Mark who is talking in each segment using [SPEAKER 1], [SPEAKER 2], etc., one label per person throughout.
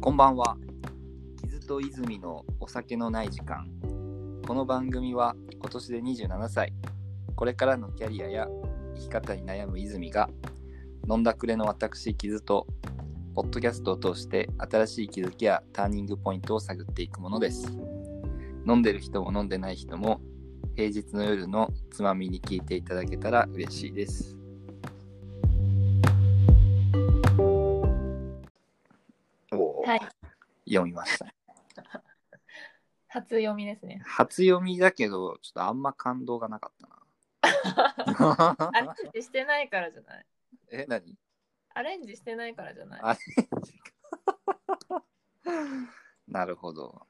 [SPEAKER 1] こんばんは。伊豆と泉のお酒のない時間。この番組は今年で27歳、これからのキャリアや生き方に悩む泉が、飲んだくれの私、キズと、ポッドキャストを通して新しい気づきやターニングポイントを探っていくものです。飲んでる人も飲んでない人も、平日の夜のつまみに聞いていただけたら嬉しいです。おー
[SPEAKER 2] はい。
[SPEAKER 1] 読みました。
[SPEAKER 2] 初読みですね。
[SPEAKER 1] 初読みだけど、ちょっとあんま感動がなかった
[SPEAKER 2] アレン
[SPEAKER 1] な。
[SPEAKER 2] ジしてないからじゃない。
[SPEAKER 1] え、何
[SPEAKER 2] アレンジしてないからじゃない。
[SPEAKER 1] あなるほど。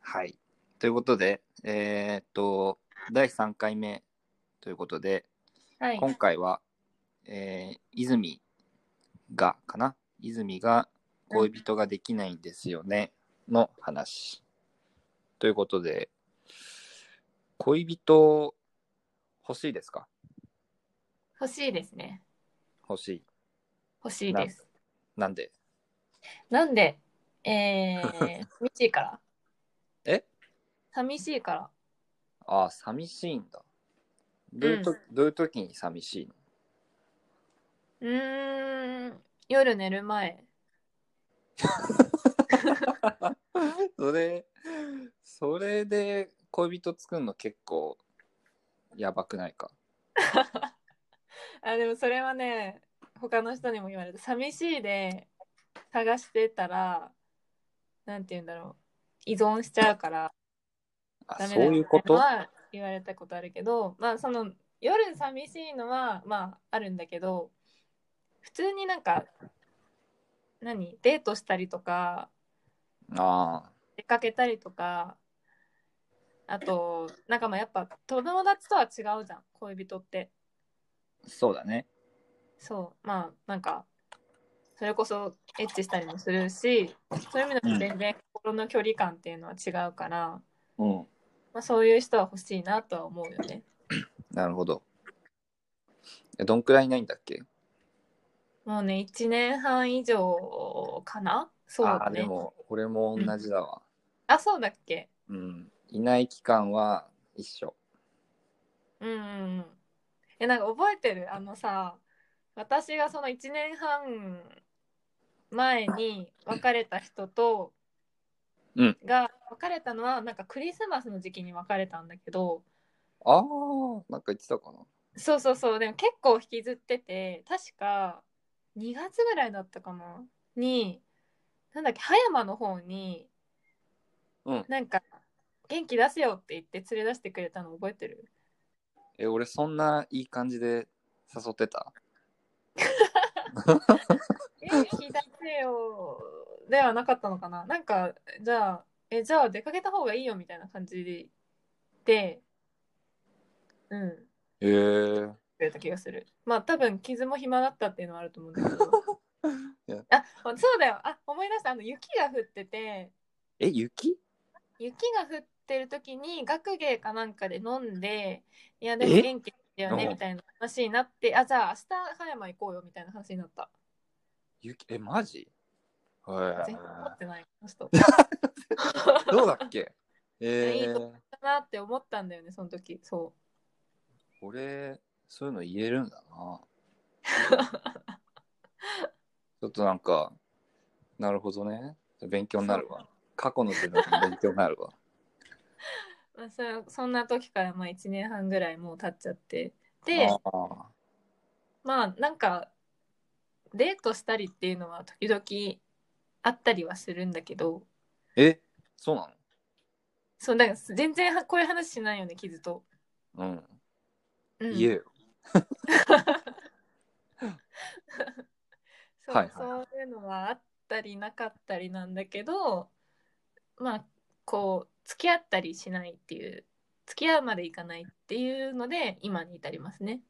[SPEAKER 1] はい。ということで、えーっと、第3回目ということで、
[SPEAKER 2] はい。
[SPEAKER 1] 今回は、えー、泉が、かな泉が恋人ができないんですよね、の話。ということで、恋人欲しいですか
[SPEAKER 2] 欲しいですね。
[SPEAKER 1] 欲しい。
[SPEAKER 2] 欲しいです。
[SPEAKER 1] なんで
[SPEAKER 2] なんで、え ー、寂しいから。
[SPEAKER 1] え
[SPEAKER 2] 寂しいから。
[SPEAKER 1] ああ、寂しいんだ。どういうと、
[SPEAKER 2] う
[SPEAKER 1] どういう時に寂しいの
[SPEAKER 2] うーん。夜寝る前。
[SPEAKER 1] それ、それで恋人作るの結構やばくないか。
[SPEAKER 2] あ、でもそれはね、他の人にも言われた。寂しいで探してたら、なんて言うんだろう。依存しちゃうから。
[SPEAKER 1] あ、
[SPEAKER 2] ダメ
[SPEAKER 1] そ
[SPEAKER 2] だよ
[SPEAKER 1] ういうこと
[SPEAKER 2] は言われたことあるけどまあその夜寂しいのはまああるんだけど普通になんか何デートしたりとか
[SPEAKER 1] ああ、
[SPEAKER 2] 出かけたりとかあとなんかまあやっぱ友達とは違うじゃん恋人って
[SPEAKER 1] そうだね。
[SPEAKER 2] そうまあなんかそれこそエッチしたりもするしそういう意味でも全然心の距離感っていうのは違うから、
[SPEAKER 1] うん。
[SPEAKER 2] まあ、そういう人は欲しいなとは思うよね
[SPEAKER 1] なるほど。えどんくらいいないんだっけ
[SPEAKER 2] もうね、1年半以上かなそう
[SPEAKER 1] あ
[SPEAKER 2] だ
[SPEAKER 1] あ、で
[SPEAKER 2] ね。
[SPEAKER 1] も、俺も同じだわ。
[SPEAKER 2] あ、そうだっけ
[SPEAKER 1] うん。いない期間は一緒。
[SPEAKER 2] うんうんうん。え、なんか覚えてるあのさ、私がその1年半前に別れた人
[SPEAKER 1] うん
[SPEAKER 2] と、が別れたのはなんかクリスマスの時期に別れたんだけど
[SPEAKER 1] ああ、なんか言ってたかな。
[SPEAKER 2] そうそうそうでも結構引きずってて確か2月ぐらいだったかなになんだっけ葉山の方に
[SPEAKER 1] うん。
[SPEAKER 2] なんか元気出せよって言って連れ出してくれたの覚えてる
[SPEAKER 1] え、俺そんないい感じで誘ってた
[SPEAKER 2] 元気出せよではなかったのかななんかじゃあえじゃあ出かけた方がいいよみたいな感じでうんく
[SPEAKER 1] へえー。
[SPEAKER 2] れた気がするまあ多分傷も暇だったっていうのはあると思うんだ けど
[SPEAKER 1] いや
[SPEAKER 2] あそうだよあ思い出したあの雪が降ってて
[SPEAKER 1] え、雪
[SPEAKER 2] 雪が降ってる時に学芸かなんかで飲んでいやでも元気だよね
[SPEAKER 1] うん
[SPEAKER 2] みたいな話になってあじゃあ明日葉山行こうよみたいな話になった
[SPEAKER 1] 雪え、マジへえ
[SPEAKER 2] 全然思ってないこの人
[SPEAKER 1] どうだっけ
[SPEAKER 2] い
[SPEAKER 1] え
[SPEAKER 2] い
[SPEAKER 1] え
[SPEAKER 2] と
[SPEAKER 1] ー、
[SPEAKER 2] だなって思ったんだよねその時そ
[SPEAKER 1] 俺、そういうの言えるんだ な。ちょっとなんか、なるほどね。勉強になるわ。過去の自分の勉強になるわ。
[SPEAKER 2] う、まあ、そそんな時からまあ1年半ぐらいもう経っちゃって で
[SPEAKER 1] あー
[SPEAKER 2] まあなんかデートしたりっていうのは時々あったりはするんだけど
[SPEAKER 1] え、そうな
[SPEAKER 2] そうだから全然はこういう話しないよね傷と、
[SPEAKER 1] の
[SPEAKER 2] う
[SPEAKER 1] うん。
[SPEAKER 2] ん、
[SPEAKER 1] 言えよ。
[SPEAKER 2] そう,、
[SPEAKER 1] はいはいは
[SPEAKER 2] そういうのはあったりなかったりなんだけどまあこう付き合ったりしないっていう付き合うまでいかないっていうので今に至りますね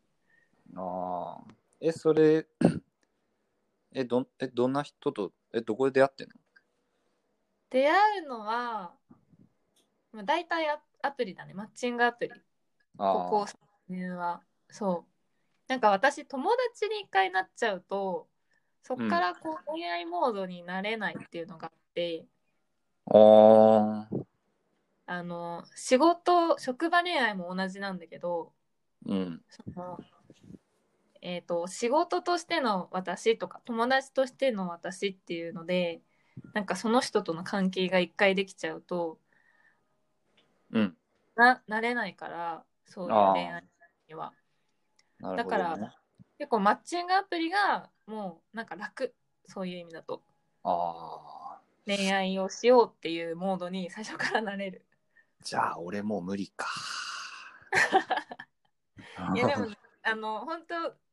[SPEAKER 1] ああ。え、それ、 え、どん、え、どんな人と、え、どこで出会ってんの
[SPEAKER 2] 出会うのは、まあ、大体アアプリだねマッチングアプリ
[SPEAKER 1] あ
[SPEAKER 2] ここ3年はそうなんか私友達に一回なっちゃうとそっからこう恋愛モードになれないっていうのがあって、
[SPEAKER 1] ああ。
[SPEAKER 2] あの仕事職場恋愛も同じなんだけど
[SPEAKER 1] うん。
[SPEAKER 2] その、えー、と仕事としての私とか友達としての私っていうのでなんかその人との関係が一回できちゃうと
[SPEAKER 1] うん。
[SPEAKER 2] ななれないからそういう
[SPEAKER 1] あー
[SPEAKER 2] 恋愛には
[SPEAKER 1] な
[SPEAKER 2] だ
[SPEAKER 1] るほど、ね。
[SPEAKER 2] から結構マッチングアプリがもうなんか楽そういう意味だと
[SPEAKER 1] ああ。
[SPEAKER 2] 恋愛をしようっていうモードに最初からなれる
[SPEAKER 1] じゃあ、俺もう無理か。
[SPEAKER 2] いやでもあの本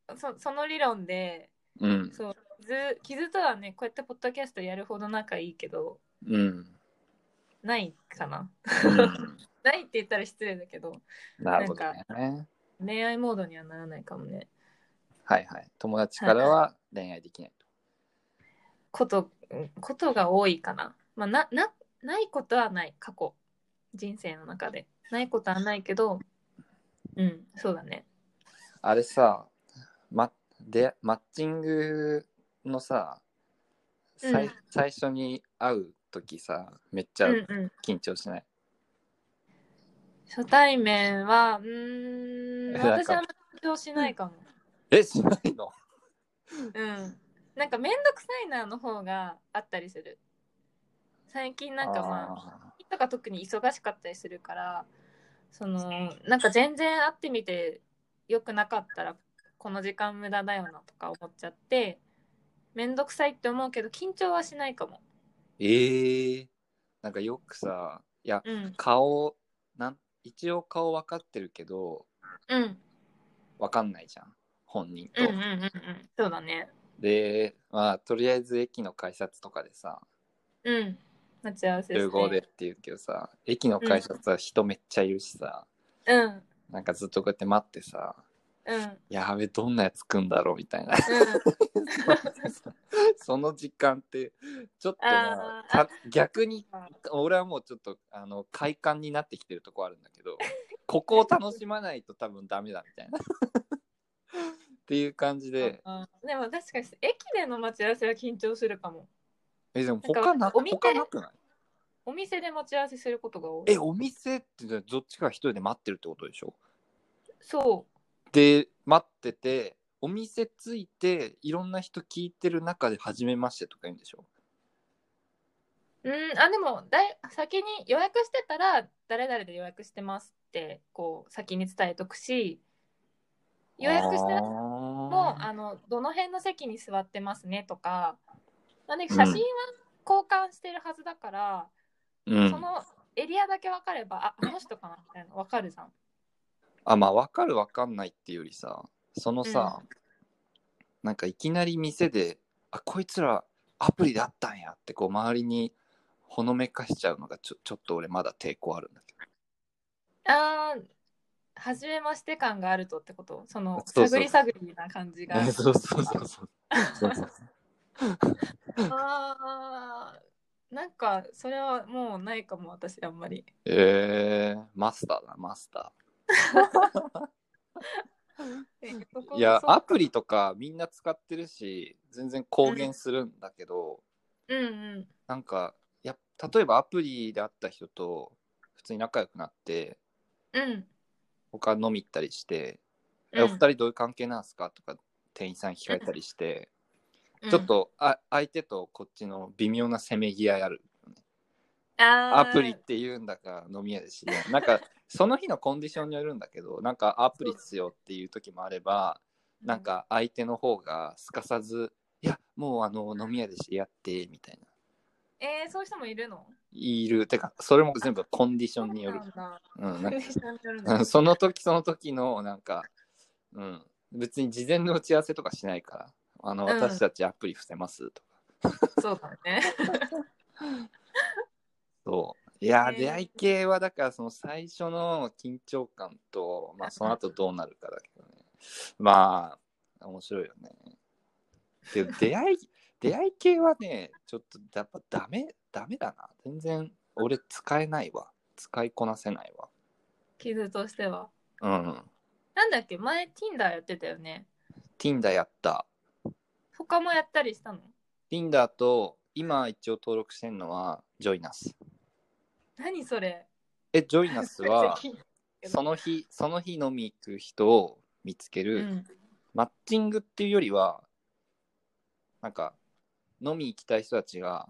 [SPEAKER 2] 当そその理論で
[SPEAKER 1] うん。
[SPEAKER 2] そう傷傷とはねこうやってポッドキャストやるほど仲いいけど
[SPEAKER 1] うん。うん。
[SPEAKER 2] ないかなないって言ったら失礼だけど
[SPEAKER 1] なるほどね。
[SPEAKER 2] 恋愛モードにはならないかもね
[SPEAKER 1] はいはい。友達からは恋愛できないと。
[SPEAKER 2] ことことが多いかな,、まあ、ななないことはない過去人生の中でないことはないけどうんそうだね
[SPEAKER 1] あれさ、ま、で、マッチングのさ、さい
[SPEAKER 2] うん
[SPEAKER 1] 最初に会う時さ、めっち
[SPEAKER 2] う
[SPEAKER 1] ゃ
[SPEAKER 2] んうん
[SPEAKER 1] 緊張しない。
[SPEAKER 2] 初対面はうーん
[SPEAKER 1] なん
[SPEAKER 2] 私
[SPEAKER 1] か
[SPEAKER 2] は緊張しないかも
[SPEAKER 1] え、しないの
[SPEAKER 2] うんなんかめんどくさいなの方があったりする最近なんかまあ
[SPEAKER 1] あ
[SPEAKER 2] とか特に忙しかったりするからそのなんか全然会ってみてよくなかったらこの時間無駄だよなとか思っちゃって面倒くさいって思うけど緊張はしないかも。
[SPEAKER 1] ーえー、なんかよくさ、いや、
[SPEAKER 2] うん、
[SPEAKER 1] 顔、なん一応顔分かってるけど、
[SPEAKER 2] うん、うん
[SPEAKER 1] 分かんないじゃん、本人と。
[SPEAKER 2] うんうんうんそうだね。
[SPEAKER 1] で、まあ、とりあえず駅の改札とかでさ、
[SPEAKER 2] うん待ち合わせ
[SPEAKER 1] 集合でっ
[SPEAKER 2] して。
[SPEAKER 1] て言うけどさ、駅の改札は人めっちゃいるしさ、
[SPEAKER 2] うん
[SPEAKER 1] なんかずっとこうやって待ってさ、
[SPEAKER 2] うんうん
[SPEAKER 1] やべ、どんなやつ来んだろうみた いな。その時間って、ちょっとな
[SPEAKER 2] あー
[SPEAKER 1] た逆に、俺はもうちょっと、あの、快感になってきてるとこあるんだけ ど、ここを楽しまないと多分ダメだみたいな。 っていう感じ で、
[SPEAKER 2] あでも確かに駅での待ち合わせは緊張するかも
[SPEAKER 1] え、でも
[SPEAKER 2] なんか
[SPEAKER 1] 他な、
[SPEAKER 2] お店
[SPEAKER 1] 他なくない
[SPEAKER 2] お店で待ち合わせすることが多い
[SPEAKER 1] え、お店ってどっちか一人で待ってるってことでしょ
[SPEAKER 2] そ
[SPEAKER 1] で待っててお店着いていろんな人聞いてる中で「初めまして」とか言うんでしょ
[SPEAKER 2] ううんあでもだい先に予約してたら誰々で予約してますってこう先に伝えとくし予約してなくても
[SPEAKER 1] も
[SPEAKER 2] あのどの辺の席に座ってますねとかなんで
[SPEAKER 1] ん
[SPEAKER 2] 写真は交換してるはずだから、
[SPEAKER 1] うん
[SPEAKER 2] そのエリアだけ分かればああの人かなみたいな分かるじゃん。
[SPEAKER 1] あまあ分かる分かんないっていうよりさそのさ、なんかいきなり店で「あこいつらアプリであったんや」ってこう周りにほのめかしちゃうのがちょちょっと俺まだ抵抗あるんだけど
[SPEAKER 2] あー初めまして感があるとってことその
[SPEAKER 1] そうそう
[SPEAKER 2] 探り探りな感じが
[SPEAKER 1] そうそうそうそうそうそう
[SPEAKER 2] あーなんかそれはもうないかも私あんまり
[SPEAKER 1] えー、マスターだマスター
[SPEAKER 2] え そこ
[SPEAKER 1] いや
[SPEAKER 2] そう
[SPEAKER 1] アプリとかみんな使ってるし全然公言するんだけど、
[SPEAKER 2] うんうん
[SPEAKER 1] なんかや例えばアプリで会った人と普通に仲良くなって
[SPEAKER 2] うん
[SPEAKER 1] 他飲み行ったりして「
[SPEAKER 2] うん
[SPEAKER 1] えお二人どういう関係なんすか?」とか店員さん聞かれたりして、
[SPEAKER 2] うん
[SPEAKER 1] ちょっとあ相手とこっちの微妙なせめぎ合いあるよね、
[SPEAKER 2] あ
[SPEAKER 1] ア
[SPEAKER 2] ー
[SPEAKER 1] プリって言うんだか飲み屋ですし、ね、なんかその日のコンディションによるんだけどなんかアプリっすよっていう時もあればなんか相手の方がすかさず「いやもうあの飲み屋で知り合って」みたいな
[SPEAKER 2] えー、そういう人もいるの
[SPEAKER 1] いるてかそれも全部コンディションによる
[SPEAKER 2] そうなんだ
[SPEAKER 1] うん
[SPEAKER 2] コ
[SPEAKER 1] な
[SPEAKER 2] ン
[SPEAKER 1] ん
[SPEAKER 2] デ
[SPEAKER 1] か
[SPEAKER 2] ィションによる
[SPEAKER 1] う
[SPEAKER 2] の
[SPEAKER 1] んその時その時のなんか、うん、別に事前の打ち合わせとかしないからあの
[SPEAKER 2] ん
[SPEAKER 1] 私たちアプリ伏せますとか、
[SPEAKER 2] そうだね
[SPEAKER 1] そういやー、
[SPEAKER 2] ね
[SPEAKER 1] 出会い系はだからその最初の緊張感と、まあ、その後どうなるかだけどねまあ面白いよねでも出 会い出会い系はねちょっとやっぱダメダメだな全然俺使えないわ使いこなせないわ
[SPEAKER 2] 傷としては
[SPEAKER 1] うん
[SPEAKER 2] なんだっけ前 Tinder やってたよね
[SPEAKER 1] Tinder やった
[SPEAKER 2] 他もやったりしたの
[SPEAKER 1] Tinder と、今一応登録してるのは、ジョイナス。
[SPEAKER 2] 何それ、
[SPEAKER 1] え、ジョイナスは
[SPEAKER 2] めっちゃ聞いた
[SPEAKER 1] その日、その日飲み行く人を見つけ
[SPEAKER 2] う
[SPEAKER 1] る、
[SPEAKER 2] ん、
[SPEAKER 1] マッチングっていうよりは、なんか、飲み行きたい人たちが、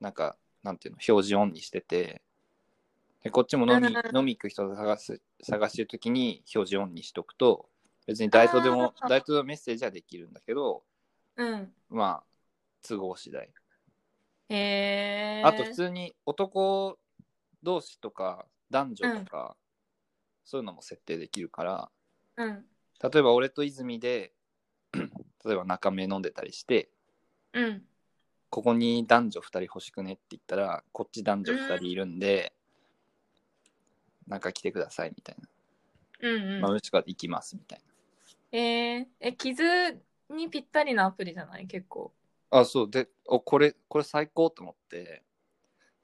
[SPEAKER 1] なんか、なんていうの、表示オンにしてて、でこっちも飲み
[SPEAKER 2] うん
[SPEAKER 1] 飲み行く人を探す探してるときに表示オンにしとくと、別に誰とでも
[SPEAKER 2] あ、ー
[SPEAKER 1] 誰とでもメッセージはできるんだけど、
[SPEAKER 2] うん、
[SPEAKER 1] まあ、都合次第。
[SPEAKER 2] へえ
[SPEAKER 1] あと、普通に男同士とか、男女とか、そういうのも設定できるから、
[SPEAKER 2] うん
[SPEAKER 1] 例えば俺と泉で 例えば中目飲んでたりして
[SPEAKER 2] うん
[SPEAKER 1] ここに男女2人欲しくねって言ったらこっち男女2人いるんで、なんか来てくださいみたいな、
[SPEAKER 2] うん
[SPEAKER 1] まあ
[SPEAKER 2] う
[SPEAKER 1] うんちから行きますみたい
[SPEAKER 2] えー、え傷にぴったりなアプリじゃない結構
[SPEAKER 1] なあそうでおこれこれ最高と思って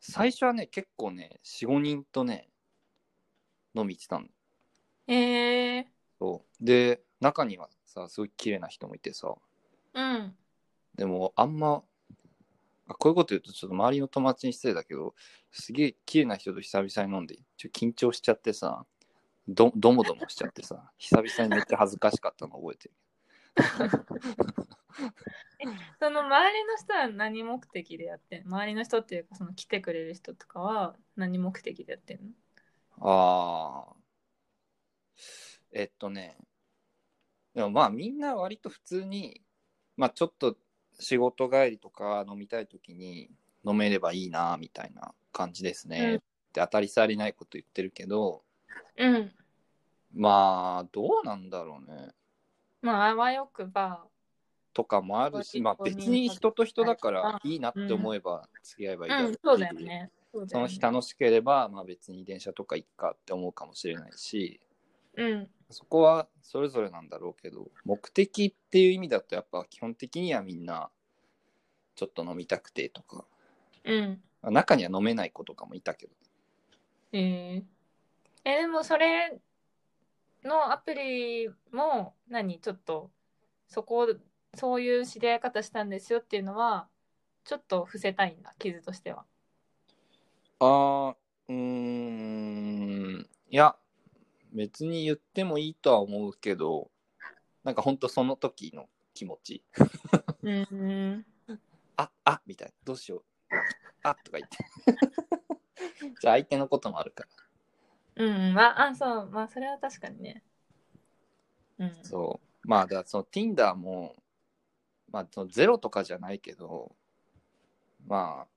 [SPEAKER 1] 最初はね結構ね45人とね飲み行ってたの
[SPEAKER 2] へえ
[SPEAKER 1] そうで中にはさすごい綺麗な人もいてさ
[SPEAKER 2] うん
[SPEAKER 1] でもあんまあこういうこと言うとちょっと周りの友達に失礼だけどすげえ綺麗な人と久々に飲んでちょっと緊張しちゃってさどどもどもしちゃってさ久々にめっちゃ恥ずかしかったの覚えてる
[SPEAKER 2] その周りの人は何目的でやってんの周りの人っていうかその来てくれる人とかは何目的でやってんの
[SPEAKER 1] ああえっとねでもまあみんな割と普通にまあちょっと仕事帰りとか飲みたい時に飲めればいいなみたいな感じですね、
[SPEAKER 2] うん
[SPEAKER 1] って当たり障りないこと言ってるけど
[SPEAKER 2] うん
[SPEAKER 1] まあどうなんだろうね
[SPEAKER 2] まああわよくば
[SPEAKER 1] とかもあるし、
[SPEAKER 2] 割と
[SPEAKER 1] まあ、別に人と人だから
[SPEAKER 2] う
[SPEAKER 1] いいなって思えば付き合えばいいだ
[SPEAKER 2] う
[SPEAKER 1] ろ
[SPEAKER 2] んそうだよねそうだ
[SPEAKER 1] そ
[SPEAKER 2] よ
[SPEAKER 1] の
[SPEAKER 2] ね
[SPEAKER 1] 日楽しければ、まあ、別に電車とか行くかって思うかもしれないし
[SPEAKER 2] うん
[SPEAKER 1] そこはそれぞれなんだろうけど目的っていう意味だとやっぱ基本的にはみんなちょっと飲みたくてとか
[SPEAKER 2] うん
[SPEAKER 1] 中には飲めない子とかもいたけど
[SPEAKER 2] えー、えでもそれのアプリも何ちょっとそこをそういう知り合い方したんですよっていうのはちょっと伏せたいんだ傷としては
[SPEAKER 1] あーうーんいや別に言ってもいいとは思うけどなんかほんとその時の気持ち
[SPEAKER 2] うん
[SPEAKER 1] ああみたいなどうしようあとか言って じゃあ相手のこともあるから
[SPEAKER 2] うんああそうまあそれは確かにねうん
[SPEAKER 1] そうまあだからその Tinder もまあそのゼロとかじゃないけどまあ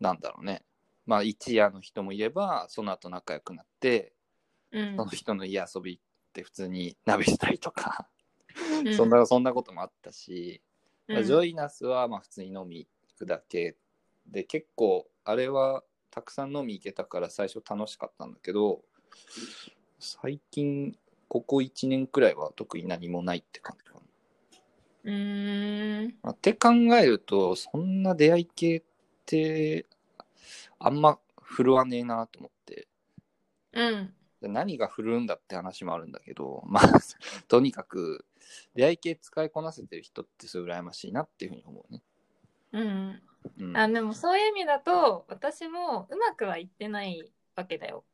[SPEAKER 1] なんだろうねまあ一夜の人もいればその後仲良くなって
[SPEAKER 2] うん
[SPEAKER 1] その人の家遊び行って普通に鍋したりとか、
[SPEAKER 2] うん
[SPEAKER 1] そんなそんなこともあったし、まあジョ
[SPEAKER 2] イ
[SPEAKER 1] イナスはまあ普通に飲み行くだけで結構あれはたくさん飲み行けたから最初楽しかったんだけど最近ここ1年くらいは特に何もないって感じかな
[SPEAKER 2] うーん
[SPEAKER 1] まあって考えるとそんな出会い系ってあんま振るわねえなと思って
[SPEAKER 2] うん
[SPEAKER 1] で何が振るんだって話もあるんだけどまあ とにかく出会い系使いこなせてる人ってすごい羨ましいなっていうふうに思うね。
[SPEAKER 2] うん
[SPEAKER 1] うん、
[SPEAKER 2] あでもそういう意味だと私もうまくはいってないわけだよ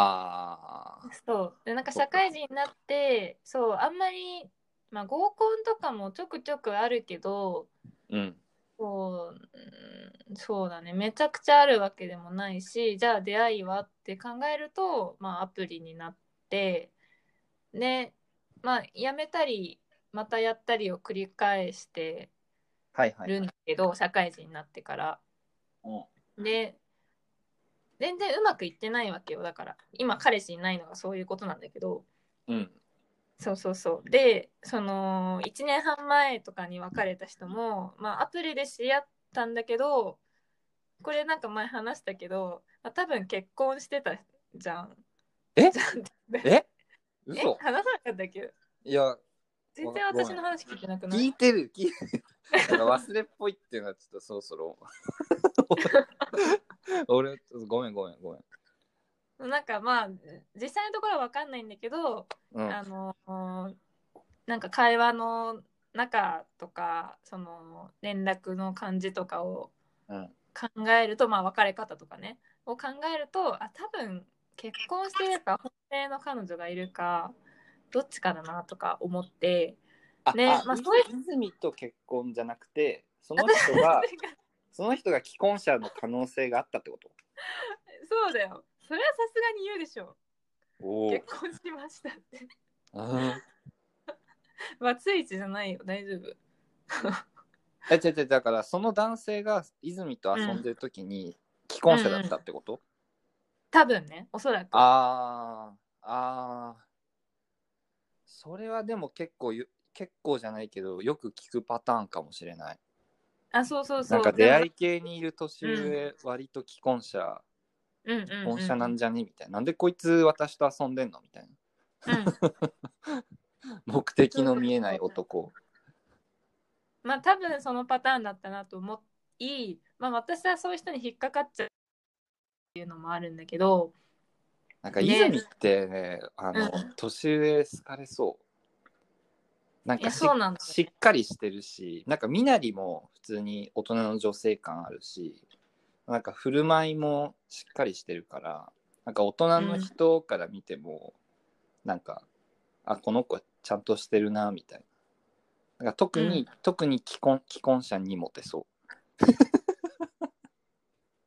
[SPEAKER 1] あー
[SPEAKER 2] そうでなんか社会人になってそうあんまり、まあ、合コンとかもちょくちょくあるけど
[SPEAKER 1] うん
[SPEAKER 2] こう、うん、そうだねめちゃくちゃあるわけでもないしじゃあ出会いはって考えると、まあ、アプリになってで、まあ、やめたりまたやったりを繰り返して
[SPEAKER 1] はいは
[SPEAKER 2] るんだけど、社会人になってから。で全然うまくいってないわけよだから今彼氏いないのがそういうことなんだけど。
[SPEAKER 1] うん。
[SPEAKER 2] そうそうそうでその1年半前とかに別れた人も、まあ、アプリで知り合ったんだけどこれなんか前話したけど、まあ、多分結婚してたじゃん。
[SPEAKER 1] え
[SPEAKER 2] じゃん
[SPEAKER 1] え
[SPEAKER 2] え
[SPEAKER 1] 嘘
[SPEAKER 2] 話さなかったっけ
[SPEAKER 1] いや、
[SPEAKER 2] 全然
[SPEAKER 1] ごめん
[SPEAKER 2] 私の話聞いてなくな
[SPEAKER 1] 聞
[SPEAKER 2] い
[SPEAKER 1] いてる、聞いてる。なんか忘れっぽいっていうのはちょっとそろそろ。 俺、ちょっとごめんごめんごめん。
[SPEAKER 2] なんかまあ実際のところは分かんないんだけど、
[SPEAKER 1] うん、
[SPEAKER 2] あのなんか会話の中とかその連絡の感じとかを
[SPEAKER 1] うん
[SPEAKER 2] 考えると、まあ別れ方とかねを考えるとあ多分結婚してるか本命の彼女がいるかどっちかだなとか思 って
[SPEAKER 1] あ
[SPEAKER 2] ね
[SPEAKER 1] あ
[SPEAKER 2] まあそうい
[SPEAKER 1] 泉と結婚じゃなくてその人 がその人が既婚者の可能性があったってこと
[SPEAKER 2] そうだよそれはさすがに言うでしょ
[SPEAKER 1] お
[SPEAKER 2] 結婚しましたって
[SPEAKER 1] お
[SPEAKER 2] バツイチじゃないよ大丈夫
[SPEAKER 1] え違う違うだからその男性が泉と遊んでる時に既婚者だったってこと、
[SPEAKER 2] 多分ねおそらく
[SPEAKER 1] あーあーそれはでも結構ゆ結構じゃないけどよく聞くパターンかもしれない
[SPEAKER 2] あそうそう
[SPEAKER 1] な
[SPEAKER 2] そう
[SPEAKER 1] んか出会い系にいる年上、割と既婚者
[SPEAKER 2] うんうんうん
[SPEAKER 1] 本社なんじゃねみたいななんでこいつ私と遊んでんのみたい
[SPEAKER 2] うん
[SPEAKER 1] な目的の見えない男
[SPEAKER 2] まあ多分そのパターンだったなと思い、まあ、私はそういう人に引っかかっちゃうっていうのもあるんだけど
[SPEAKER 1] なんか
[SPEAKER 2] ね
[SPEAKER 1] 泉ってねあの、
[SPEAKER 2] うん
[SPEAKER 1] 年上好かれそうなん
[SPEAKER 2] い
[SPEAKER 1] か
[SPEAKER 2] や
[SPEAKER 1] し
[SPEAKER 2] そうなんだ
[SPEAKER 1] しっかりしてるしなんか身なりも普通に大人の女性感あるしなんか振る舞いもしっかりしてるからなんか大人の人から見ても、なんかあこの子ちゃんとしてるなみたいななんか特に、特に既婚既婚者にモテそ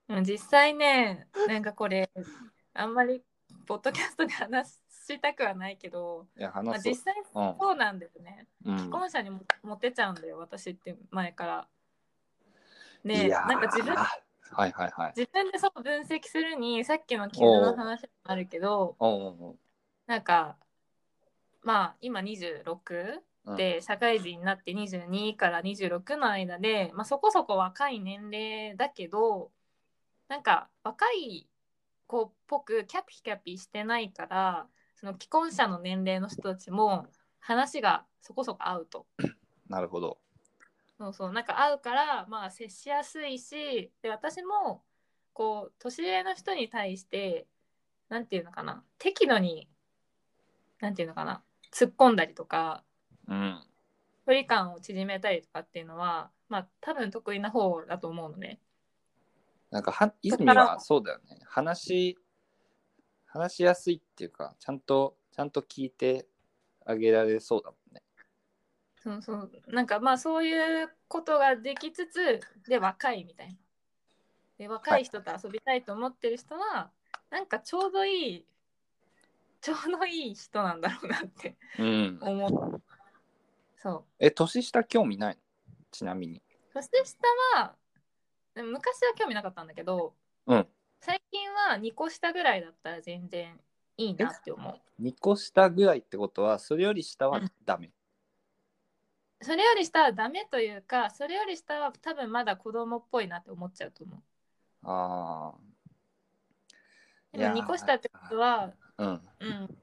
[SPEAKER 1] う
[SPEAKER 2] うん実際ねなんかこれあんまりポッドキャストで話したくはないけど、
[SPEAKER 1] いや
[SPEAKER 2] まあ、
[SPEAKER 1] 話そう
[SPEAKER 2] 実、際そうなんだよね
[SPEAKER 1] うん
[SPEAKER 2] 既婚者にもモテちゃうんだよ私って前から。
[SPEAKER 1] うん、
[SPEAKER 2] ね
[SPEAKER 1] いやー
[SPEAKER 2] なんか自分
[SPEAKER 1] はいはいはい
[SPEAKER 2] 自分でそう分析するにさっきの傷の話もあるけど
[SPEAKER 1] おうおう
[SPEAKER 2] なんかまあ今26で社会人になって22から26の間で、まあ、そこそこ若い年齢だけどなんか若い子っぽくキャピキャピしてないからその既婚者の年齢の人たちも話がそこそこ合うと。
[SPEAKER 1] なるほど
[SPEAKER 2] そうそうなんか合うからまあ接しやすいしで私もこう年上の人に対してなんていうのかな適度になんていうのかな突っ込んだりとか
[SPEAKER 1] うん
[SPEAKER 2] 距離感を縮めたりとかっていうのはまあ多分得意な方だと思うのね。
[SPEAKER 1] なんかは泉
[SPEAKER 2] だか
[SPEAKER 1] は
[SPEAKER 2] ら
[SPEAKER 1] そうだよね話し話しやすいっていうかちゃんとちゃんと聞いてあげられそうだもんね
[SPEAKER 2] そうそうなんかまあそういうことができつつで若いみたいな。で若い人と遊びたいと思ってる人は、なんかちょうどいいちょうどいい人なんだろうなって
[SPEAKER 1] うん
[SPEAKER 2] 思う。そう。
[SPEAKER 1] え年下興味ないのちなみに
[SPEAKER 2] 年下は、でも昔は興味なかったんだけど、
[SPEAKER 1] うん
[SPEAKER 2] 最近は2個下ぐらいだったら全然いいなって思う。
[SPEAKER 1] 2個下ぐらいってことはそれより下はダメ、
[SPEAKER 2] それより下はダメというか、それより下は多分まだ子供っぽいなって思っちゃうと思
[SPEAKER 1] あ
[SPEAKER 2] う。でも
[SPEAKER 1] いやー
[SPEAKER 2] 2個下ってことは、
[SPEAKER 1] あうん
[SPEAKER 2] うん。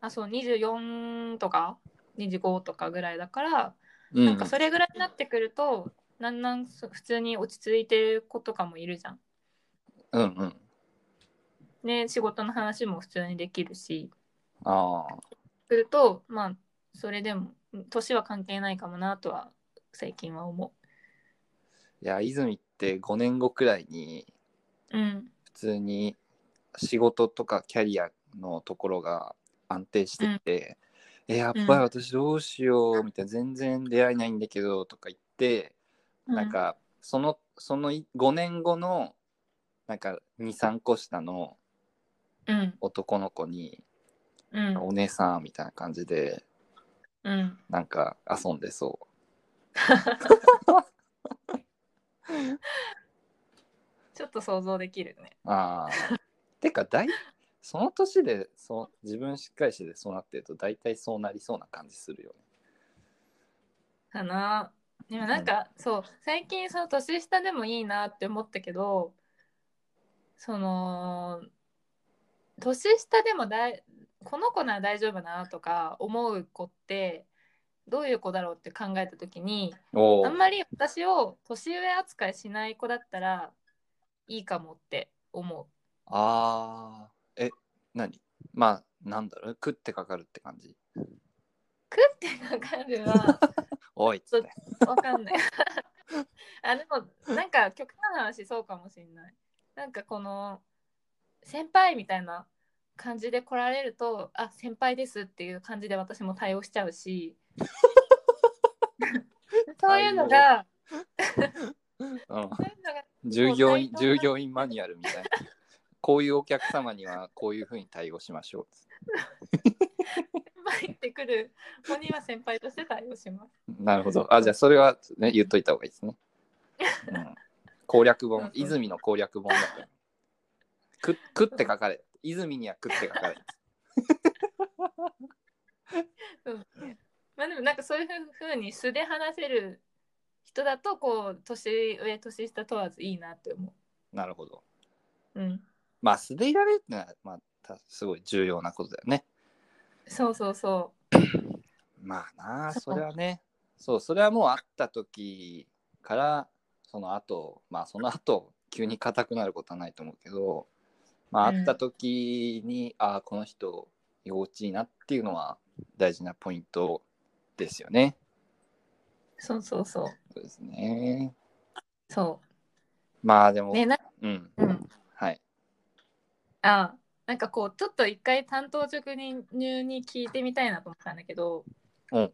[SPEAKER 2] あ、そう、24とか25とかぐらいだから、
[SPEAKER 1] うん
[SPEAKER 2] なんかそれぐらいになってくると、なんなんそ普通に落ち着いてる子とかもいるじゃん。
[SPEAKER 1] うんうん
[SPEAKER 2] ね、仕事の話も普通にできるし。
[SPEAKER 1] ああ
[SPEAKER 2] するとまあそれでもうん年は関係ないかもなとは最近は思
[SPEAKER 1] いや泉って5年後くらいに
[SPEAKER 2] う。うん、
[SPEAKER 1] 普通に仕事とかキャリアのところが安定してきて、えやっぱり私どうしようみたいな全然出会えないんだけどとか言って、なんかそのそのい5年後のなんか23個下の
[SPEAKER 2] うん
[SPEAKER 1] 男の子に
[SPEAKER 2] うん
[SPEAKER 1] お姉さんみたいな感じで
[SPEAKER 2] うん
[SPEAKER 1] なんか遊んでそ
[SPEAKER 2] ちょっと想像できるね。
[SPEAKER 1] うあ ーてか大その年でそう自分しっかりしててそうなってると大体そうなりそうな感じするよね
[SPEAKER 2] かな。でもなんか、そう最近その年下でもいいなって思ったけどその年下でもだいこの子なら大丈夫なとか思う子ってどういう子だろうって考えた時に
[SPEAKER 1] おー
[SPEAKER 2] あんまり私を年上扱いしない子だったらいいかもって思
[SPEAKER 1] あーえ何まあなんだろう食ってかかるって感じ
[SPEAKER 2] う。食ってかかるは
[SPEAKER 1] おおいっつって。
[SPEAKER 2] わかんない。 あでもなんか極端な話そうかもしんない。なんかこの先輩みたいな感じで来られるとあ先輩ですっていう感じで私も対応しちゃうしそういうのが
[SPEAKER 1] うん
[SPEAKER 2] そういうのが
[SPEAKER 1] 従業員
[SPEAKER 2] もう対等
[SPEAKER 1] 従
[SPEAKER 2] な
[SPEAKER 1] 業員マニュアルみたいな。 こういうお客様にはこういうふうに対応しましょうっつっ
[SPEAKER 2] 先輩ってくる子には先輩として対応します。
[SPEAKER 1] て。 なるほど。あじゃあそれは、ね、言っといた方がいいですね。うん、攻略
[SPEAKER 2] そう
[SPEAKER 1] 本
[SPEAKER 2] そう、
[SPEAKER 1] 泉の攻略本だから。くくって書かれ。泉にはくって書かれ。
[SPEAKER 2] うんまあでもなんかそういうふうに素で話せる人だとこう年上年下問わずいいなって思
[SPEAKER 1] なるほど。
[SPEAKER 2] う。うん
[SPEAKER 1] まあ素でいられるってのは、まあ、たすごい重要なことだよね。
[SPEAKER 2] そうそうそ
[SPEAKER 1] まあなあ
[SPEAKER 2] そ
[SPEAKER 1] そ
[SPEAKER 2] う
[SPEAKER 1] れはねそうそれはもう会った時からその後まあその後急に硬くなることはないと思うけどまあ
[SPEAKER 2] うん
[SPEAKER 1] 会った時に、ああこの人幼稚いなっていうのは大事なポイントですよね。
[SPEAKER 2] うそうそうそう
[SPEAKER 1] そうですね。
[SPEAKER 2] そ
[SPEAKER 1] まあでも、
[SPEAKER 2] うねな
[SPEAKER 1] うん
[SPEAKER 2] うん
[SPEAKER 1] はい
[SPEAKER 2] あなんかこうちょっと一回担当直入に聞いてみたいなと思ったんだけど、
[SPEAKER 1] うん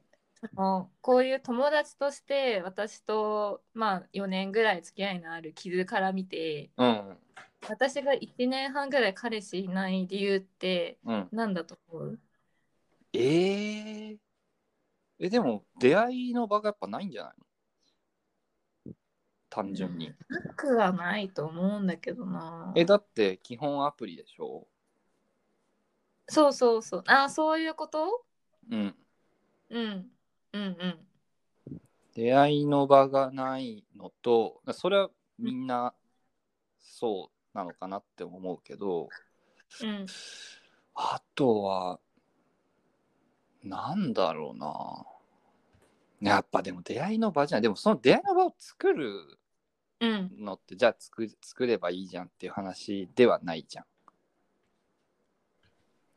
[SPEAKER 2] そのこういう友達として私とまあ4年ぐらい付き合いのある傷から見て
[SPEAKER 1] うん
[SPEAKER 2] 私が1年半ぐらい彼氏いない理由って
[SPEAKER 1] うん。
[SPEAKER 2] 何だと思う
[SPEAKER 1] えー、えでも出会いの場がやっぱないんじゃないの単純に。
[SPEAKER 2] なくはないと思うんだけどな
[SPEAKER 1] えだって基本アプリでしょ
[SPEAKER 2] そうそうそうあそういうこと
[SPEAKER 1] うん、
[SPEAKER 2] うんうんうん
[SPEAKER 1] 出会いの場がないのとそれはみんなそうなのかなって思うけど
[SPEAKER 2] うん
[SPEAKER 1] あとはなんだろうなやっぱでも出会いの場じゃないでもその出会いの場を作る
[SPEAKER 2] うん
[SPEAKER 1] のってじゃあ作作ればいいじゃんっていう話ではないじゃん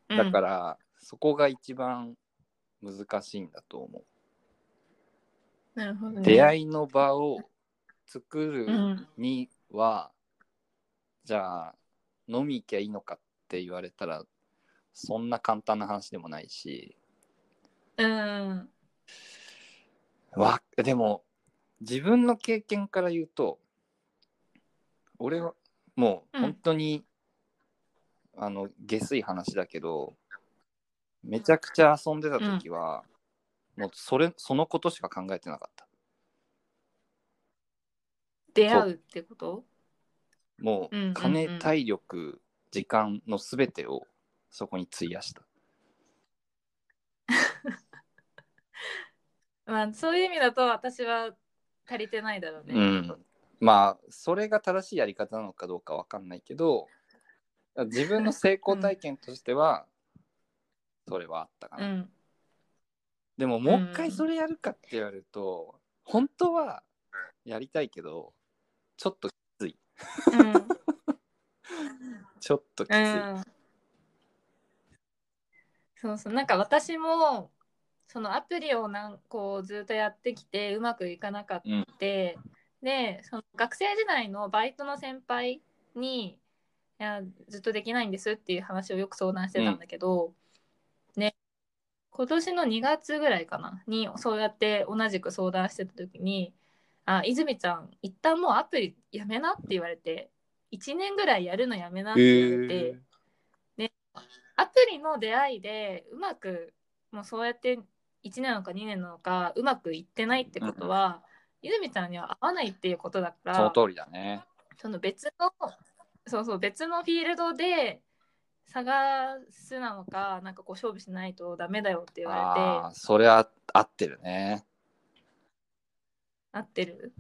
[SPEAKER 2] うん
[SPEAKER 1] だから、そこが一番難しいんだと思う
[SPEAKER 2] なるほどね、
[SPEAKER 1] 出
[SPEAKER 2] い
[SPEAKER 1] 会いの場を作るには、じゃあ飲み行きゃいいのかって言われたらそんな簡単な話でもないし
[SPEAKER 2] うん
[SPEAKER 1] わでも自分の経験から言うと俺はもう本当に、あの下水話だけどめちゃくちゃ遊んでた時は、もうそれそのことしか考えてなかった
[SPEAKER 2] 出会うってこと
[SPEAKER 1] も
[SPEAKER 2] うんうんう
[SPEAKER 1] うん金、体力、時間のすべてをそこに費やした。
[SPEAKER 2] まあそういう意味だと私は足りてないだろうね。
[SPEAKER 1] うん、まあ、それが正しいやり方なのかどうかわかんないけど、自分の成功体験としては、それはあったか
[SPEAKER 2] う
[SPEAKER 1] な。
[SPEAKER 2] ん。
[SPEAKER 1] でも、もう一回それやるかって言われると、本当はやりたいけど、ちょっときつい。
[SPEAKER 2] うん。
[SPEAKER 1] ちょっときつい。
[SPEAKER 2] うん。そうそう。なんか私もそのアプリをなんこうずっとやってきてうまくいかなかった。
[SPEAKER 1] うん
[SPEAKER 2] でその学生時代のバイトの先輩にいやずっとできないんですっていう話をよく相談してたんだけど、ね今年の2月ぐらいかなにそうやって同じく相談してた時に「あ泉ちゃん一旦もうアプリやめな」って言われて1年ぐらいやるのやめなっ
[SPEAKER 1] え
[SPEAKER 2] て言われて。
[SPEAKER 1] ー
[SPEAKER 2] アプリの出会いでうまくもうそうやって1年なのか2年なのかうまくいってないってことは、泉ちゃんには合わないっていうことだか
[SPEAKER 1] その
[SPEAKER 2] ら
[SPEAKER 1] 通りだね。
[SPEAKER 2] その別のそうそう別のフィールドで探すなのかなんかこう勝負しないとダメだよって言わ
[SPEAKER 1] あ
[SPEAKER 2] れて
[SPEAKER 1] あ、それは合ってるね。
[SPEAKER 2] 合ってる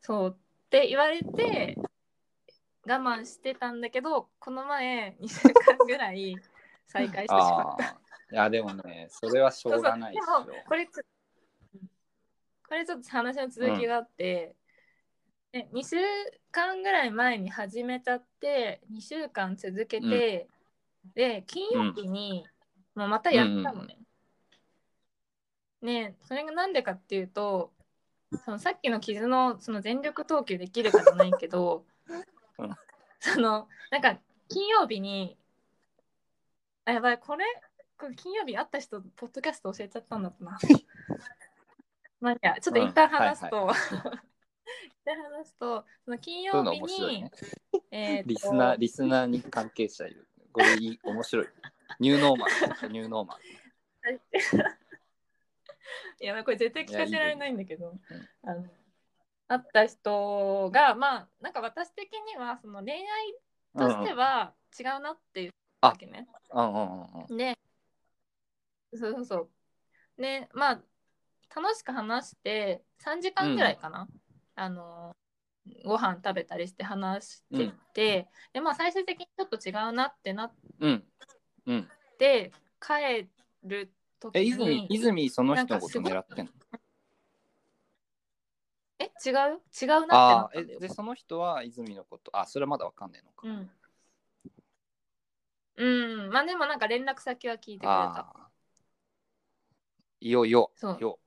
[SPEAKER 2] そうって言われて我慢してたんだけどこの前2週間ぐらい再開してしまった
[SPEAKER 1] あ。あ。いや、でもね、それはしょうがないです
[SPEAKER 2] そうそう
[SPEAKER 1] よ
[SPEAKER 2] で。もこれつこれちょっと話の続きがあって、で2週間ぐらい前に始めちゃって2週間続けて、で金曜日に、もうまたやったのね、ねそれがなんでかっていうとそのさっきの傷のその全力投球できるかじゃないけど
[SPEAKER 1] うん
[SPEAKER 2] そのなんか金曜日にあやばいこれこれ金曜日会った人ポッドキャスト教えちゃったんだっ たな。まあ、いいやちょっと一旦話すと、
[SPEAKER 1] う
[SPEAKER 2] 一旦話すとその金
[SPEAKER 1] そういう
[SPEAKER 2] 曜
[SPEAKER 1] の
[SPEAKER 2] 日
[SPEAKER 1] 面白い
[SPEAKER 2] に
[SPEAKER 1] ね。
[SPEAKER 2] えーと
[SPEAKER 1] リスナー、リスナーに関係者いる。これいい、面白い。 ニューノーマル、ニューノーマル。
[SPEAKER 2] いやこれ絶対聞かせられないんだけど
[SPEAKER 1] やいいよ
[SPEAKER 2] あの会った人がまあなんか私的にはその恋愛としては違うなっていうわけね。
[SPEAKER 1] うんうんうんうんうん。
[SPEAKER 2] でそうそうそう。でまあ楽しく話して3時間ぐらいかな、あのご飯食べたりして話してて、でまあ最終的にちょっと違うなってなっ
[SPEAKER 1] うん。うん。
[SPEAKER 2] て帰る時
[SPEAKER 1] え、
[SPEAKER 2] に
[SPEAKER 1] 泉、泉、その人のこと
[SPEAKER 2] なん
[SPEAKER 1] 狙
[SPEAKER 2] か
[SPEAKER 1] ってんの
[SPEAKER 2] え違う違うなってな
[SPEAKER 1] ああ
[SPEAKER 2] った
[SPEAKER 1] ー、
[SPEAKER 2] んだ
[SPEAKER 1] え、
[SPEAKER 2] よ。
[SPEAKER 1] で、その人は泉のこと、あ、それはまだわかんないのか。
[SPEAKER 2] うん。うん、まあでもなんか連絡先は聞いてくれた。
[SPEAKER 1] ああ。いよいよ
[SPEAKER 2] そう、
[SPEAKER 1] よ。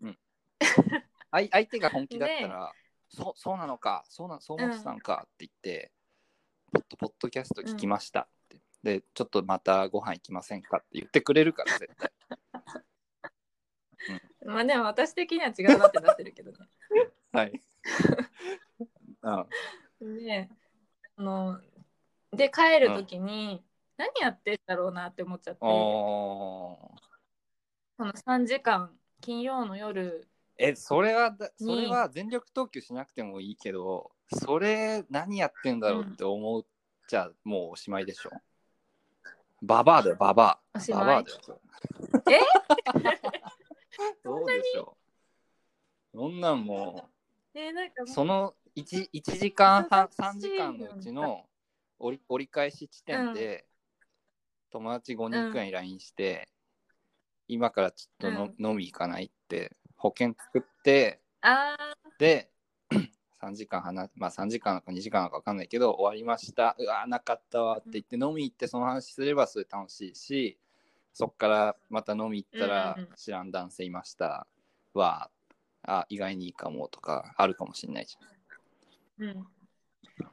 [SPEAKER 1] うん。 あい相手が本気だったら、そう、そうなのか、そうな、そう思ってたのかって言って、ポッドポッドキャスト聞きましたって。で、ちょっとまたご飯行きませんかって言ってくれるから、絶対。
[SPEAKER 2] まあでも私的には違うなってなってるけどね。
[SPEAKER 1] はい。うん
[SPEAKER 2] で、あの、で、帰るときに、何やってんだろうなって思っちゃって、こ
[SPEAKER 1] おー
[SPEAKER 2] の3時間、金曜の夜、
[SPEAKER 1] えそれはだそれ
[SPEAKER 2] に
[SPEAKER 1] は全力投球しなくてもいいけどそれ何やってんだろうって思っちゃもうおしまいでしょババアだよババ
[SPEAKER 2] お
[SPEAKER 1] ア
[SPEAKER 2] しまい
[SPEAKER 1] ババアだよ
[SPEAKER 2] え
[SPEAKER 1] そうでしょそんなんも
[SPEAKER 2] で、なんか
[SPEAKER 1] う
[SPEAKER 2] もう
[SPEAKER 1] その 1, 1時間半3
[SPEAKER 2] 難しい
[SPEAKER 1] 時間のうちの折り折り返し地点で、友達5人くらいに LINE して、今からちょっとの、飲み行かないって保険作って
[SPEAKER 2] あ
[SPEAKER 1] で 3時間話まあ3時間なのか2時間なのか分かんないけど終わりましたうわーなかったわって言って飲み行ってその話すればそれ楽しいしそっからまた飲み行ったら
[SPEAKER 2] うんうんうん
[SPEAKER 1] 知らん男性いましたわーあ意外にいいかもとかあるかもしれないじゃん
[SPEAKER 2] ー、うん。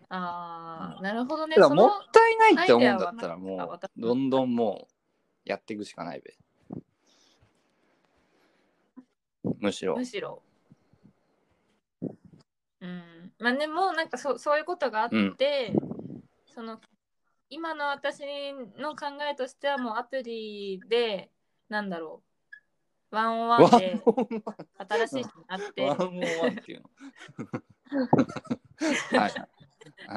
[SPEAKER 2] あー、なるほどね。
[SPEAKER 1] ただ
[SPEAKER 2] そ
[SPEAKER 1] もっ
[SPEAKER 2] の、
[SPEAKER 1] たいないって思うんだったら
[SPEAKER 2] アイデアは
[SPEAKER 1] も
[SPEAKER 2] なかった
[SPEAKER 1] うどんどんもうやっていくしかないべむしろ
[SPEAKER 2] むしろ。うん、まあでもなんかそそういうことがあって、
[SPEAKER 1] うん
[SPEAKER 2] その今の私の考えとしてはもうアプリでなんだろうワンオンワンで
[SPEAKER 1] ワンオンワン
[SPEAKER 2] 新しい人に会って
[SPEAKER 1] ワンオンワンっていう の。はいはい。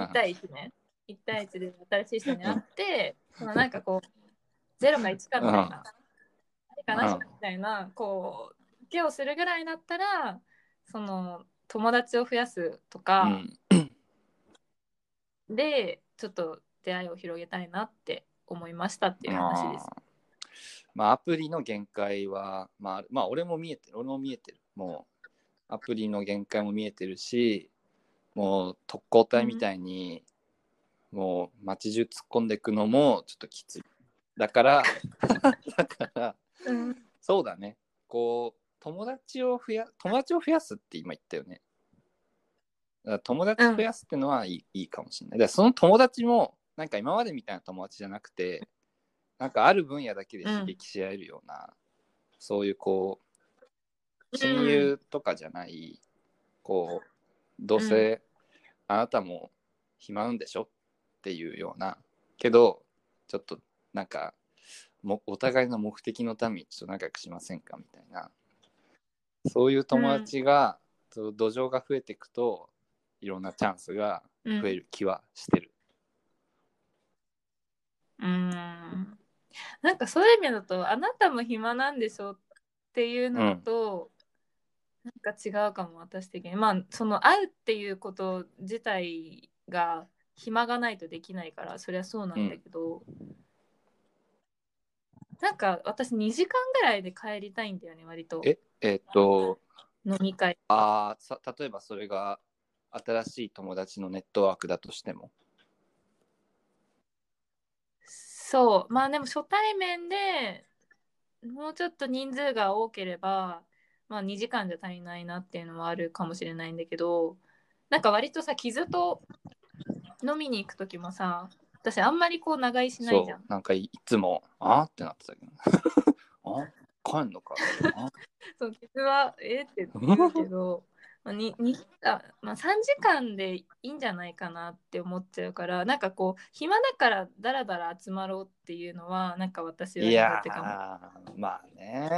[SPEAKER 2] 1対1ね1対1で新しい人に会って、そのなんかこう0か1かみたいな、あれかなしかみたいなこう受けをするぐらいだったらその友達を増やすとか。
[SPEAKER 1] うん
[SPEAKER 2] でちょっと出会いを広げたいなって思いましたっていう話で
[SPEAKER 1] あ
[SPEAKER 2] す。
[SPEAKER 1] ーまあ、アプリの限界は、まあ、まあ、俺も見えてる、俺も見えてる。もう、アプリの限界も見えてるし、もう、特攻隊みたいに、もう、街中突っ込んでいくのも、ちょっときつい。だ から、だから、
[SPEAKER 2] うん、
[SPEAKER 1] そうだね。こう、友達を増や、友達を増やすって今言ったよね。だから友達増やすってのはいい,、いいかもしれない。だからその友達も、なんか今までみたいな友達じゃなくて、なんかある分野だけで刺激し合えるような、そういうこう、親友とかじゃない、こう、どうせあなたも暇なんでしょっていうような、けど、ちょっとなんかもお互いの目的のためにちょっと仲良くしませんかみたいなそういう友達が、そう土壌が増えていくといろんなチャンスが
[SPEAKER 2] うん
[SPEAKER 1] 増える気はしてる、
[SPEAKER 2] うんなんかそういう意味だと「あなたも暇なんでしょ」っていうのと、なんか違うかも私的にまあその会うっていうこと自体が暇がないとできないからそりゃそうなんだけど、なんか私2時間ぐらいで帰りたいんだよね割と
[SPEAKER 1] ええっと
[SPEAKER 2] 飲み会
[SPEAKER 1] あーさ例えばそれが新しい友達のネットワークだとしても
[SPEAKER 2] そうまあでも初対面でもうちょっと人数が多ければ、まあ、2時間じゃ足りないなっていうのはあるかもしれないんだけどなんか割とさ傷と飲みに行く時もさ私あんまりこう長居しな
[SPEAKER 1] そ
[SPEAKER 2] いじゃ。
[SPEAKER 1] うんなんかいいつもあーってなってたけど あ帰んのかあ
[SPEAKER 2] そう傷はえーって言うけどまあににあ、まあ、3時間でいいんじゃないかなって思っちゃうからなんかこう暇だからだらだら集まろうっていうのはなんか私はい
[SPEAKER 1] や
[SPEAKER 2] 苦手か
[SPEAKER 1] ー
[SPEAKER 2] も。
[SPEAKER 1] まあね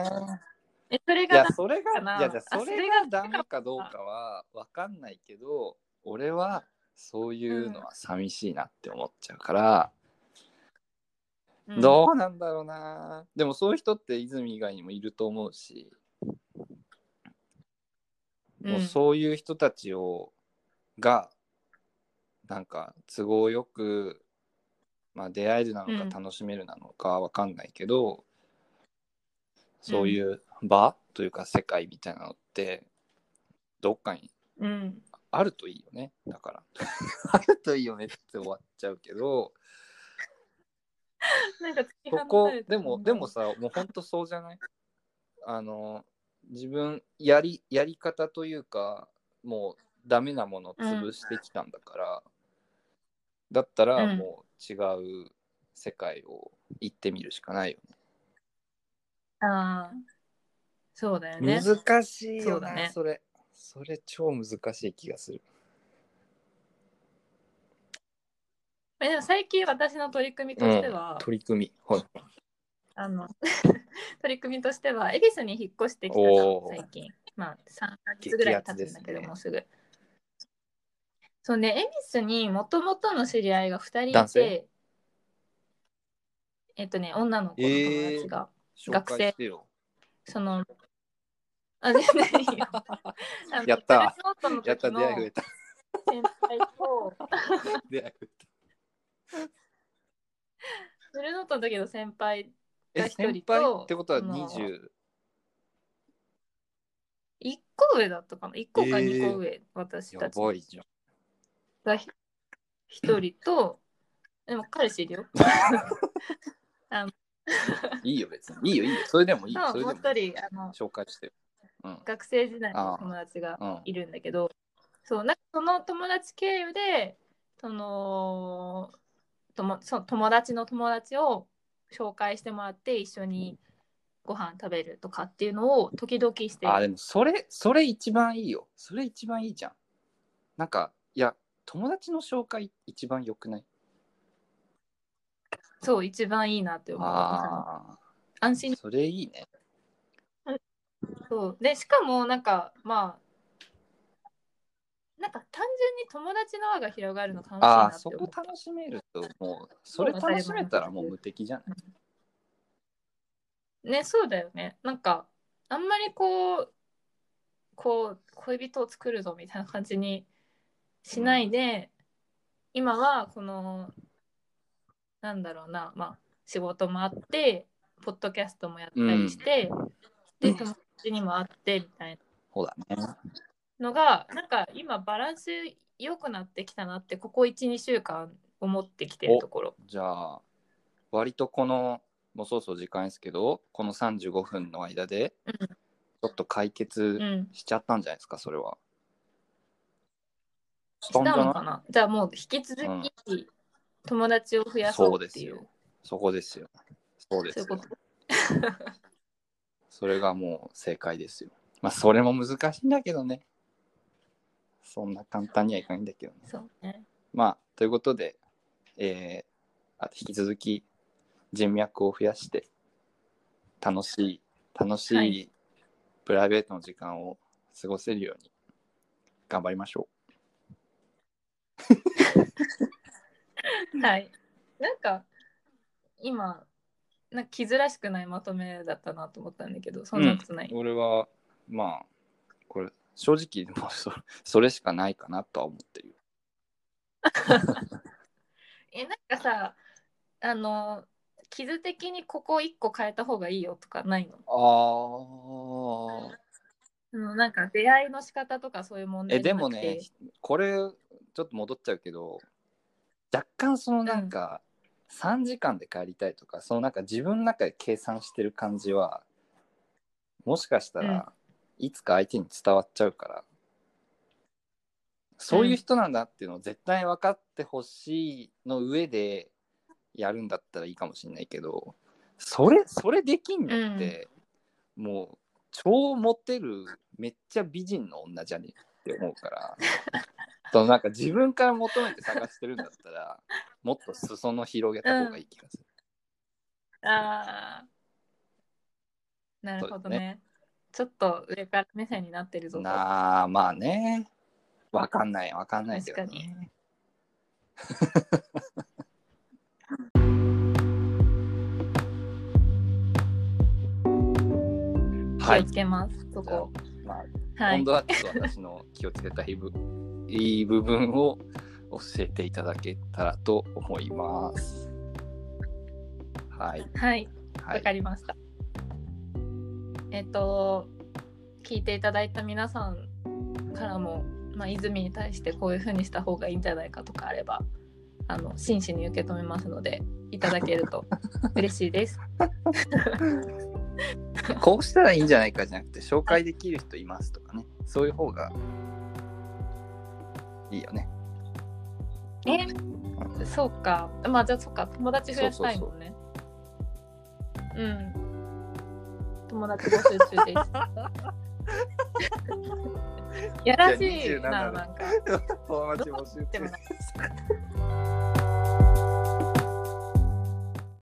[SPEAKER 2] えそれ
[SPEAKER 1] いや
[SPEAKER 2] が
[SPEAKER 1] それが
[SPEAKER 2] かない
[SPEAKER 1] やじゃあ
[SPEAKER 2] あ
[SPEAKER 1] そ
[SPEAKER 2] それ
[SPEAKER 1] れ
[SPEAKER 2] が
[SPEAKER 1] がダメかどうかはわかんないけど俺はそういうのは寂しいなって思っちゃうから、
[SPEAKER 2] うん
[SPEAKER 1] どうなんだろうなでもそういう人って泉以外にもいると思うし、もうそういう人たちをがなんか都合よく、まあ、出会えるなの
[SPEAKER 2] うん
[SPEAKER 1] か楽しめるなのかわかんないけど、そういう場というか世界みたいなのってどっかに
[SPEAKER 2] うんうん
[SPEAKER 1] あるといいよねだから あるといいよねって終わっちゃうけど
[SPEAKER 2] なんか突き
[SPEAKER 1] そ
[SPEAKER 2] 放
[SPEAKER 1] こ
[SPEAKER 2] された
[SPEAKER 1] でもでもさもうほんとそうじゃないあの自分やりやり方というかもうダメなものを潰してきたんだから、だったら
[SPEAKER 2] うん
[SPEAKER 1] もう違う世界を行ってみるしかないよ
[SPEAKER 2] あーそうだよ
[SPEAKER 1] ね
[SPEAKER 2] ね。
[SPEAKER 1] 難しいよ
[SPEAKER 2] そう
[SPEAKER 1] な
[SPEAKER 2] だ
[SPEAKER 1] そ,、
[SPEAKER 2] ね
[SPEAKER 1] れそれ超難しい気がする
[SPEAKER 2] えでも最近私の取り組みとしては、
[SPEAKER 1] 取り組みはい
[SPEAKER 2] あの 取り組みとしては恵比寿に引っ越してきた
[SPEAKER 1] お
[SPEAKER 2] の
[SPEAKER 1] ー
[SPEAKER 2] 最近まあ3ヶ月ぐらい経つんだけど、
[SPEAKER 1] 激アツですね
[SPEAKER 2] もうすぐそうね恵比寿にもともとの知り合いが2人
[SPEAKER 1] 男
[SPEAKER 2] い
[SPEAKER 1] 性
[SPEAKER 2] てえっとね女の子の友達が、
[SPEAKER 1] 紹介してよ
[SPEAKER 2] そのあ全然いいよあの
[SPEAKER 1] やった
[SPEAKER 2] テラスノートの
[SPEAKER 1] やっ
[SPEAKER 2] 時
[SPEAKER 1] た出
[SPEAKER 2] の
[SPEAKER 1] 会い増え
[SPEAKER 2] 先
[SPEAKER 1] た
[SPEAKER 2] 輩と
[SPEAKER 1] 出会い増えた
[SPEAKER 2] テラスノートの時の先輩が
[SPEAKER 1] え
[SPEAKER 2] 一人
[SPEAKER 1] 先
[SPEAKER 2] と
[SPEAKER 1] 輩ってことは
[SPEAKER 2] その
[SPEAKER 1] 20
[SPEAKER 2] 1個上だったかな1個か2個上、私
[SPEAKER 1] や
[SPEAKER 2] たち
[SPEAKER 1] ばいじゃん
[SPEAKER 2] がひ一人と、でも彼氏いるよ。
[SPEAKER 1] いいよ別にいいよいいよそれで もいいよ
[SPEAKER 2] と
[SPEAKER 1] それ
[SPEAKER 2] もう
[SPEAKER 1] でも
[SPEAKER 2] 一人あの
[SPEAKER 1] 紹介してようん
[SPEAKER 2] 学生時代の友達が
[SPEAKER 1] うん
[SPEAKER 2] いるんだけど、そうなんかその友達経由でそのともその友達の友達を紹介してもらって一緒にご飯食べるとかっていうのを時々して
[SPEAKER 1] あで
[SPEAKER 2] る。
[SPEAKER 1] もそれそれ一番いいよそれ一番いいじゃんなんかいや友達の紹介一番良くない
[SPEAKER 2] そう一番いいなって思う。
[SPEAKER 1] あ
[SPEAKER 2] 安
[SPEAKER 1] あ
[SPEAKER 2] 心
[SPEAKER 1] それいいね
[SPEAKER 2] そうでしかもなんかまあなんか単純に友達の輪が広がるの楽しいな
[SPEAKER 1] ああ
[SPEAKER 2] って
[SPEAKER 1] そ
[SPEAKER 2] 思
[SPEAKER 1] こ
[SPEAKER 2] った
[SPEAKER 1] 楽しめるともうそれ楽しめたらもう無敵じゃない
[SPEAKER 2] ねそうだよねなんかあんまりこうこう恋人を作るぞみたいな感じにしないで、今はこのなんだろうなまあ仕事もあってポッドキャストもやったりして、で友達にも会ってみたいな
[SPEAKER 1] そうだね
[SPEAKER 2] のがなんか今バランス良くなってきたなってここ12週間思ってきてるところ
[SPEAKER 1] じゃあ割とこのもうそろそろ時間ですけどこの35分の間で
[SPEAKER 2] うん
[SPEAKER 1] ちょっと解
[SPEAKER 2] う
[SPEAKER 1] 決
[SPEAKER 2] ん
[SPEAKER 1] しちゃったんじゃないですかそれは。し
[SPEAKER 2] したのか
[SPEAKER 1] い
[SPEAKER 2] なじゃあもう引き続き、友達を増やそうっていう
[SPEAKER 1] そうでそこですよ。そうです
[SPEAKER 2] そう
[SPEAKER 1] よ
[SPEAKER 2] いうこと
[SPEAKER 1] それがもう正解ですよ。まあそれも難しいんだけどね。そんな簡単にはいかないんだけどね。
[SPEAKER 2] そうね
[SPEAKER 1] まあということで、えーあ引き続き人脈を増やして楽しい楽し
[SPEAKER 2] はい
[SPEAKER 1] プライベートの時間を過ごせるように頑張りましょ
[SPEAKER 2] はいなんか今なんか気づらしくないまとめだったなと思ったんだけどそんなことない、
[SPEAKER 1] う。俺はまあこれ正直もうそそれしかないかなとは思ってるよ。
[SPEAKER 2] えなんかさあの傷的にここ1個変えた方がいいよとかないの
[SPEAKER 1] ああ。
[SPEAKER 2] そのなんか出会いの仕方とかそういう問題
[SPEAKER 1] え
[SPEAKER 2] じ
[SPEAKER 1] で
[SPEAKER 2] ゃな
[SPEAKER 1] も
[SPEAKER 2] くて
[SPEAKER 1] ねこれちょっと戻っちゃうけど若干そのなんか、 3時間で帰りたいとかそのなんか自分の中で計算してる感じはもしかしたらいつか相手に伝わっちゃうから、そういう人なんだっていうのを絶対分かってほしいの上でやるんだったらいいかもしれないけどそれそれできんのって、もう超モテるめっちゃ美人の女じゃねって思うからそのなんか自分から求めて探してるんだったらもっと裾野広げた方がいい気がする。
[SPEAKER 2] ああ。なるほどねちょっと上から目線になってるぞと。
[SPEAKER 1] なあまあねわかんないわかんないけど、ね、 は
[SPEAKER 2] 気を
[SPEAKER 1] い
[SPEAKER 2] つけます、そ
[SPEAKER 1] じゃあ
[SPEAKER 2] こ。
[SPEAKER 1] まあ今
[SPEAKER 2] はい
[SPEAKER 1] 度。はちょっと私の気をつけたい部 いい部分を教えていただけたらと思います。はい。
[SPEAKER 2] はい。
[SPEAKER 1] は
[SPEAKER 2] わ
[SPEAKER 1] い
[SPEAKER 2] か。りました。えっと、聞いていただいた皆さんからも、まあ、泉に対してこういうふうにした方がいいんじゃないかとかあれば、あの真摯に受け止めますので、いただけると嬉しいです。
[SPEAKER 1] こうしたらいいんじゃないかじゃなくて、紹介できる人いますとかね。そういう方がいいよね。
[SPEAKER 2] えそうか。まあ、じゃあ、そうか。友達増やしたいもんね。うん。友達募集中です。やらしい
[SPEAKER 1] じゃあ 27で
[SPEAKER 2] な、なんか。
[SPEAKER 1] 友達募集
[SPEAKER 2] でも
[SPEAKER 1] 中
[SPEAKER 2] な